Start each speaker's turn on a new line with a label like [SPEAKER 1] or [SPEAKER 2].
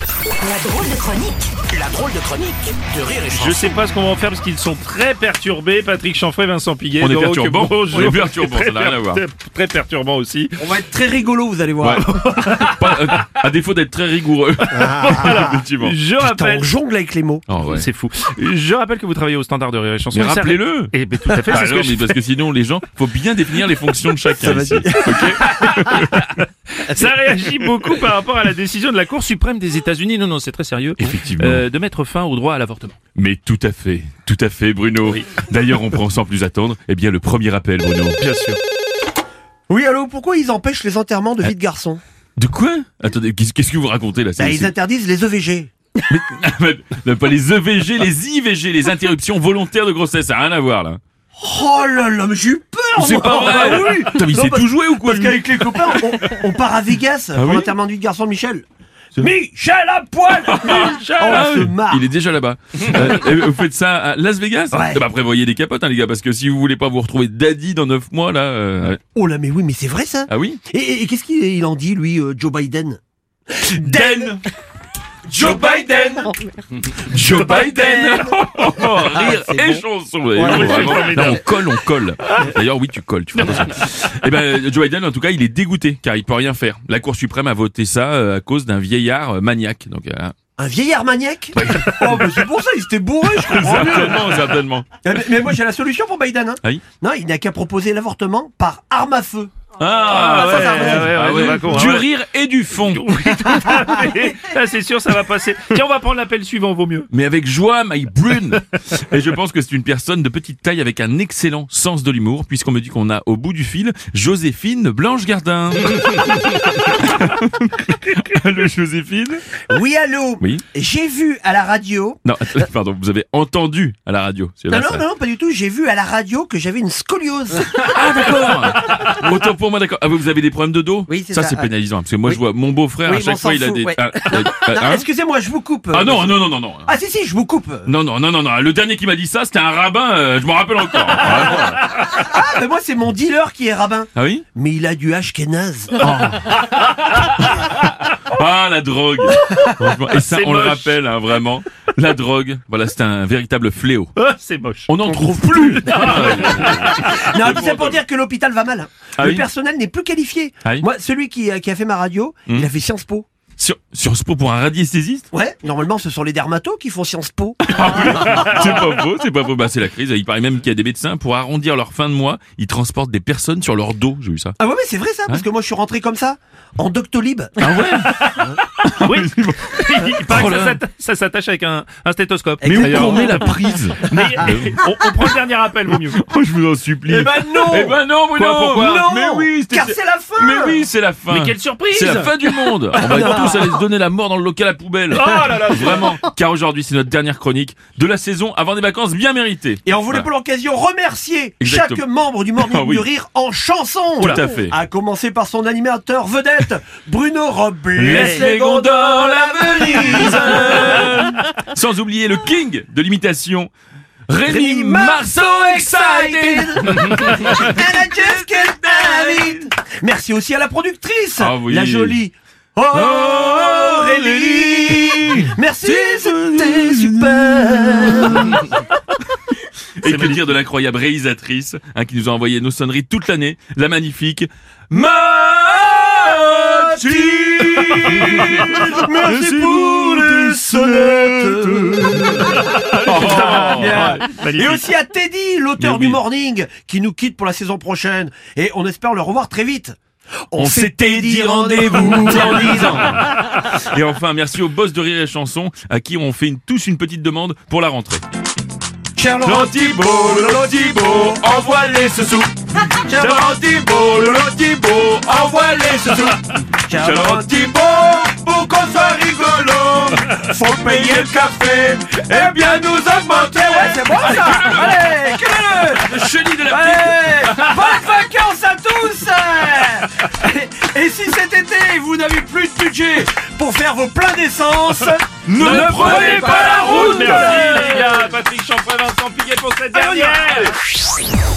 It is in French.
[SPEAKER 1] La drôle de chronique.
[SPEAKER 2] La drôle de chronique de Rire et Chanson.
[SPEAKER 3] Je sais pas ce qu'on va en faire parce qu'ils sont très perturbés, Patrick Chanfray, Vincent Piguet.
[SPEAKER 4] On est
[SPEAKER 3] Donc,
[SPEAKER 4] perturbants.
[SPEAKER 3] bonjour.
[SPEAKER 4] On est perturbants,
[SPEAKER 3] Très
[SPEAKER 4] ça n'a rien à voir.
[SPEAKER 3] per- Très perturbant aussi.
[SPEAKER 5] On va être très rigolo, vous allez
[SPEAKER 4] Ouais.
[SPEAKER 5] voir.
[SPEAKER 4] Pas- euh, à défaut d'être très rigoureux. Effectivement.
[SPEAKER 3] Je
[SPEAKER 5] Putain,
[SPEAKER 3] rappelle.
[SPEAKER 5] on jongle avec les mots.
[SPEAKER 4] Non, ouais.
[SPEAKER 3] Ah. C'est fou. Je rappelle que vous travaillez au standard de Rire et Chanson.
[SPEAKER 4] Mais
[SPEAKER 3] Et ça-
[SPEAKER 4] rappelez-le.
[SPEAKER 3] Eh ben, tout à fait,
[SPEAKER 4] Ah
[SPEAKER 3] c'est ce
[SPEAKER 4] non,
[SPEAKER 3] que je
[SPEAKER 4] mais parce que sinon les gens, faut bien définir les fonctions de chacun. ici.
[SPEAKER 3] Ça réagit beaucoup par rapport à la décision de la Cour suprême des États-Unis. Non, non, c'est très sérieux.
[SPEAKER 4] Effectivement.
[SPEAKER 3] Euh, de mettre fin au droit à l'avortement.
[SPEAKER 4] Mais tout à fait, tout à fait, Bruno. D'ailleurs, on prend sans plus attendre, eh bien le premier appel, Bruno.
[SPEAKER 3] Bien sûr.
[SPEAKER 5] Oui, allô, pourquoi ils empêchent les enterrements de vie de garçons
[SPEAKER 4] De quoi Attendez, qu'est-ce qu'est-ce que vous racontez là
[SPEAKER 5] Bah,
[SPEAKER 4] C'est-
[SPEAKER 5] Ils
[SPEAKER 4] c'est-
[SPEAKER 5] interdisent les EVG.
[SPEAKER 4] Non, Pas les EVG, les IVG, les interruptions volontaires de grossesse, ça a rien à voir là.
[SPEAKER 5] Oh là là, mais j'ai eu
[SPEAKER 3] Oh,
[SPEAKER 5] peur,
[SPEAKER 4] C'est
[SPEAKER 5] moi.
[SPEAKER 4] pas vrai.
[SPEAKER 3] bah
[SPEAKER 5] Ah oui.
[SPEAKER 4] Putain, mais il
[SPEAKER 5] Non,
[SPEAKER 4] s'est
[SPEAKER 5] parce-
[SPEAKER 4] tout joué ou quoi
[SPEAKER 5] Parce
[SPEAKER 4] lui
[SPEAKER 5] qu'avec les copains, on, on part à Vegas pour
[SPEAKER 4] oui
[SPEAKER 5] l'enterrement de vie de garçon de Michel. Michel à poil Michel
[SPEAKER 3] Oh,
[SPEAKER 4] Ah
[SPEAKER 5] On se
[SPEAKER 4] oui,
[SPEAKER 5] marre.
[SPEAKER 4] Il est déjà là-bas. Euh, et vous faites ça à Las Vegas
[SPEAKER 5] Ouais.
[SPEAKER 4] Eh ben, prévoyez des capotes, hein, les gars, parce que si vous voulez pas vous retrouver daddy dans 9 mois, là... euh,
[SPEAKER 5] Oh là, mais oui, mais c'est vrai ça.
[SPEAKER 4] Ah oui
[SPEAKER 5] Et, et- et qu'est-ce qu'il il en dit, lui, euh, Joe Biden
[SPEAKER 4] Den Joe Biden Joe Biden Oh, Rire
[SPEAKER 5] c'est
[SPEAKER 4] et
[SPEAKER 5] bon.
[SPEAKER 4] chanson Vraiment. Là, on colle, on colle. D'ailleurs, oui, tu colles, tu fais attention. Eh ben, Joe Biden, en tout cas, il est dégoûté, car il peut rien faire. La Cour suprême a voté ça euh, à cause d'un vieillard euh, maniaque. Donc, euh,
[SPEAKER 5] Un vieillard maniaque Oh, mais c'est pour ça, il s'était bourré, je comprends mieux.
[SPEAKER 4] certainement, certainement.
[SPEAKER 5] Eh, Mais, mais moi j'ai la solution pour Biden. Hein.
[SPEAKER 4] Ah oui
[SPEAKER 5] Non, il n'a qu'à proposer l'avortement par arme à feu.
[SPEAKER 4] Ah,
[SPEAKER 5] Ah, ça, ça revient.
[SPEAKER 3] Ah ouais,
[SPEAKER 4] ouais.
[SPEAKER 3] ouais, ouais.
[SPEAKER 4] Du rire et du fond.
[SPEAKER 3] Là, c'est sûr, ça va passer. Tiens, on va prendre l'appel suivant, vaut mieux.
[SPEAKER 4] mais avec joie, my brune. Et je pense que c'est une personne de petite taille avec un excellent sens de l'humour, puisqu'on me dit qu'on a au bout du fil Joséphine Blanche Gardin. Allô Joséphine
[SPEAKER 5] Ah. Oui, allô
[SPEAKER 4] Oui.
[SPEAKER 5] J'ai vu à la radio.
[SPEAKER 4] Non, attendez, pardon, vous avez entendu à la radio. C'est
[SPEAKER 5] Non,
[SPEAKER 4] là,
[SPEAKER 5] non,
[SPEAKER 4] ça.
[SPEAKER 5] non, non, pas du tout. J'ai vu à la radio que j'avais une scoliose.
[SPEAKER 4] Ah d'accord. Autant pour moi d'accord. Ah, vous vous avez des problèmes de dos
[SPEAKER 5] Oui, c'est ça,
[SPEAKER 4] c'est
[SPEAKER 5] ouais.
[SPEAKER 4] pénalisant parce que moi
[SPEAKER 5] Oui.
[SPEAKER 4] je vois mon beau-frère
[SPEAKER 5] Oui,
[SPEAKER 4] à
[SPEAKER 5] mais
[SPEAKER 4] chaque
[SPEAKER 5] on
[SPEAKER 4] fois
[SPEAKER 5] s'en
[SPEAKER 4] il a
[SPEAKER 5] fout,
[SPEAKER 4] des
[SPEAKER 5] ouais.
[SPEAKER 4] Ah, euh,
[SPEAKER 5] Non,
[SPEAKER 4] hein
[SPEAKER 5] Excusez-moi, je vous coupe. euh,
[SPEAKER 4] Ah non, non non non non.
[SPEAKER 5] Ah si, si, je vous coupe.
[SPEAKER 4] Non, non, non, non, non. Le dernier qui m'a dit ça, c'était un rabbin, euh, je m'en rappelle encore. Ah
[SPEAKER 5] Ah, mais moi c'est mon dealer qui est rabbin.
[SPEAKER 4] oui
[SPEAKER 5] Mais il a du Ashkenaz.
[SPEAKER 4] Ah, la drogue Franchement, Et ça,
[SPEAKER 3] C'est
[SPEAKER 4] on le
[SPEAKER 3] moche.
[SPEAKER 4] rappelle, hein, vraiment. La drogue, voilà, c'est un véritable fléau.
[SPEAKER 3] Ah, c'est moche.
[SPEAKER 4] On n'en trouve plus
[SPEAKER 5] non, tout ça pour dire que l'hôpital va mal. hein.
[SPEAKER 4] Ah
[SPEAKER 5] Le
[SPEAKER 4] oui
[SPEAKER 5] personnel n'est plus qualifié.
[SPEAKER 4] Ah oui Hmm.
[SPEAKER 5] Moi, celui qui, a- qui a fait ma radio, il a fait Sciences Po.
[SPEAKER 4] Sur, sur ce pot pour un radiesthésiste
[SPEAKER 5] Ouais, normalement ce sont les dermatos qui font Sciences Po.
[SPEAKER 4] C'est pas faux, c'est pas faux. Bah, c'est la crise. Il paraît même qu'il y a des médecins, pour arrondir leur fin de mois, ils transportent des personnes sur leur dos. J'ai vu ça.
[SPEAKER 5] Ah ouais, mais c'est vrai ça,
[SPEAKER 4] Hein
[SPEAKER 5] parce que moi je suis rentré comme ça, en Doctolib.
[SPEAKER 4] Ah,
[SPEAKER 3] Oui. Il paraît
[SPEAKER 4] Oh
[SPEAKER 3] que
[SPEAKER 4] là.
[SPEAKER 3] ça s'atta- ça s'attache avec un, un stéthoscope.
[SPEAKER 5] Mais où
[SPEAKER 3] D'ailleurs,
[SPEAKER 5] qu'on met la
[SPEAKER 4] prise
[SPEAKER 3] Mais
[SPEAKER 4] Ah,
[SPEAKER 3] on, on prend le dernier appel, vaut mieux.
[SPEAKER 4] Oh, je vous en supplie.
[SPEAKER 5] Eh ben non
[SPEAKER 4] Eh ben non, Bruno
[SPEAKER 3] Quoi, pourquoi
[SPEAKER 5] Non
[SPEAKER 4] Mais oui, c'était-
[SPEAKER 5] Car c'est la fin
[SPEAKER 4] Mais Ah, oui, c'est la fin
[SPEAKER 3] Mais quelle surprise
[SPEAKER 4] C'est la fin du monde On va tous aller se donner la mort dans le local à poubelle
[SPEAKER 3] Oh là là
[SPEAKER 4] Vraiment, car aujourd'hui c'est notre dernière chronique de la saison avant des vacances bien méritées.
[SPEAKER 5] Et on voulait pour l'occasion remercier
[SPEAKER 4] Ah. Exactement.
[SPEAKER 5] chaque membre du Morning
[SPEAKER 4] Ah oui.
[SPEAKER 5] du Rire en chanson
[SPEAKER 4] Tout à fait.
[SPEAKER 5] À commencer par son animateur vedette, Bruno Robles.
[SPEAKER 4] Laisse les gondoles à Venise Sans oublier le king de l'imitation, Rémi
[SPEAKER 5] Rémi
[SPEAKER 4] Marceau Excited
[SPEAKER 5] And I just can't have it. Merci aussi à la productrice,
[SPEAKER 4] Ah oui.
[SPEAKER 5] la jolie Oh.
[SPEAKER 4] Oh,
[SPEAKER 5] Aurélie. Merci, c'était super.
[SPEAKER 4] Et que dire de l'incroyable réalisatrice hein, qui nous a envoyé nos sonneries toute l'année, la magnifique Mathilde
[SPEAKER 5] Merci pour les sonnettes.
[SPEAKER 4] Oh,
[SPEAKER 5] Bien. Et
[SPEAKER 3] Ah, Magnifique.
[SPEAKER 5] aussi à Teddy, l'auteur
[SPEAKER 4] Mais
[SPEAKER 5] du
[SPEAKER 4] oui.
[SPEAKER 5] Morning, qui nous quitte pour la saison prochaine. Et on espère le revoir très vite.
[SPEAKER 4] On s'était dit rendez-vous en 10 ans. Et enfin, merci au boss de Rire et Chanson, à qui on fait une- tous une petite demande pour la rentrée.
[SPEAKER 5] Cher Laurent,
[SPEAKER 4] Laurent Thibault, Lolo Thibault, envoie-les ce sou.
[SPEAKER 5] cher Laurent,
[SPEAKER 4] Laurent Thibault, Lolo Thibault, envoie-les ce sou.
[SPEAKER 5] cher Laurent,
[SPEAKER 4] Laurent Thibault, pour qu'on soit rigolo, faut payer le café et bien nous augmenter.
[SPEAKER 5] Ouais, c'est bon ça Allez, que
[SPEAKER 4] Le chenille de la petite.
[SPEAKER 5] Allez Bonnes vacances à tous Et si cet été, vous n'avez plus de budget pour faire vos pleins d'essence,
[SPEAKER 4] Ne prenez pas la route Ah
[SPEAKER 3] Merci, les gars. Patrick Chanfray, la dernière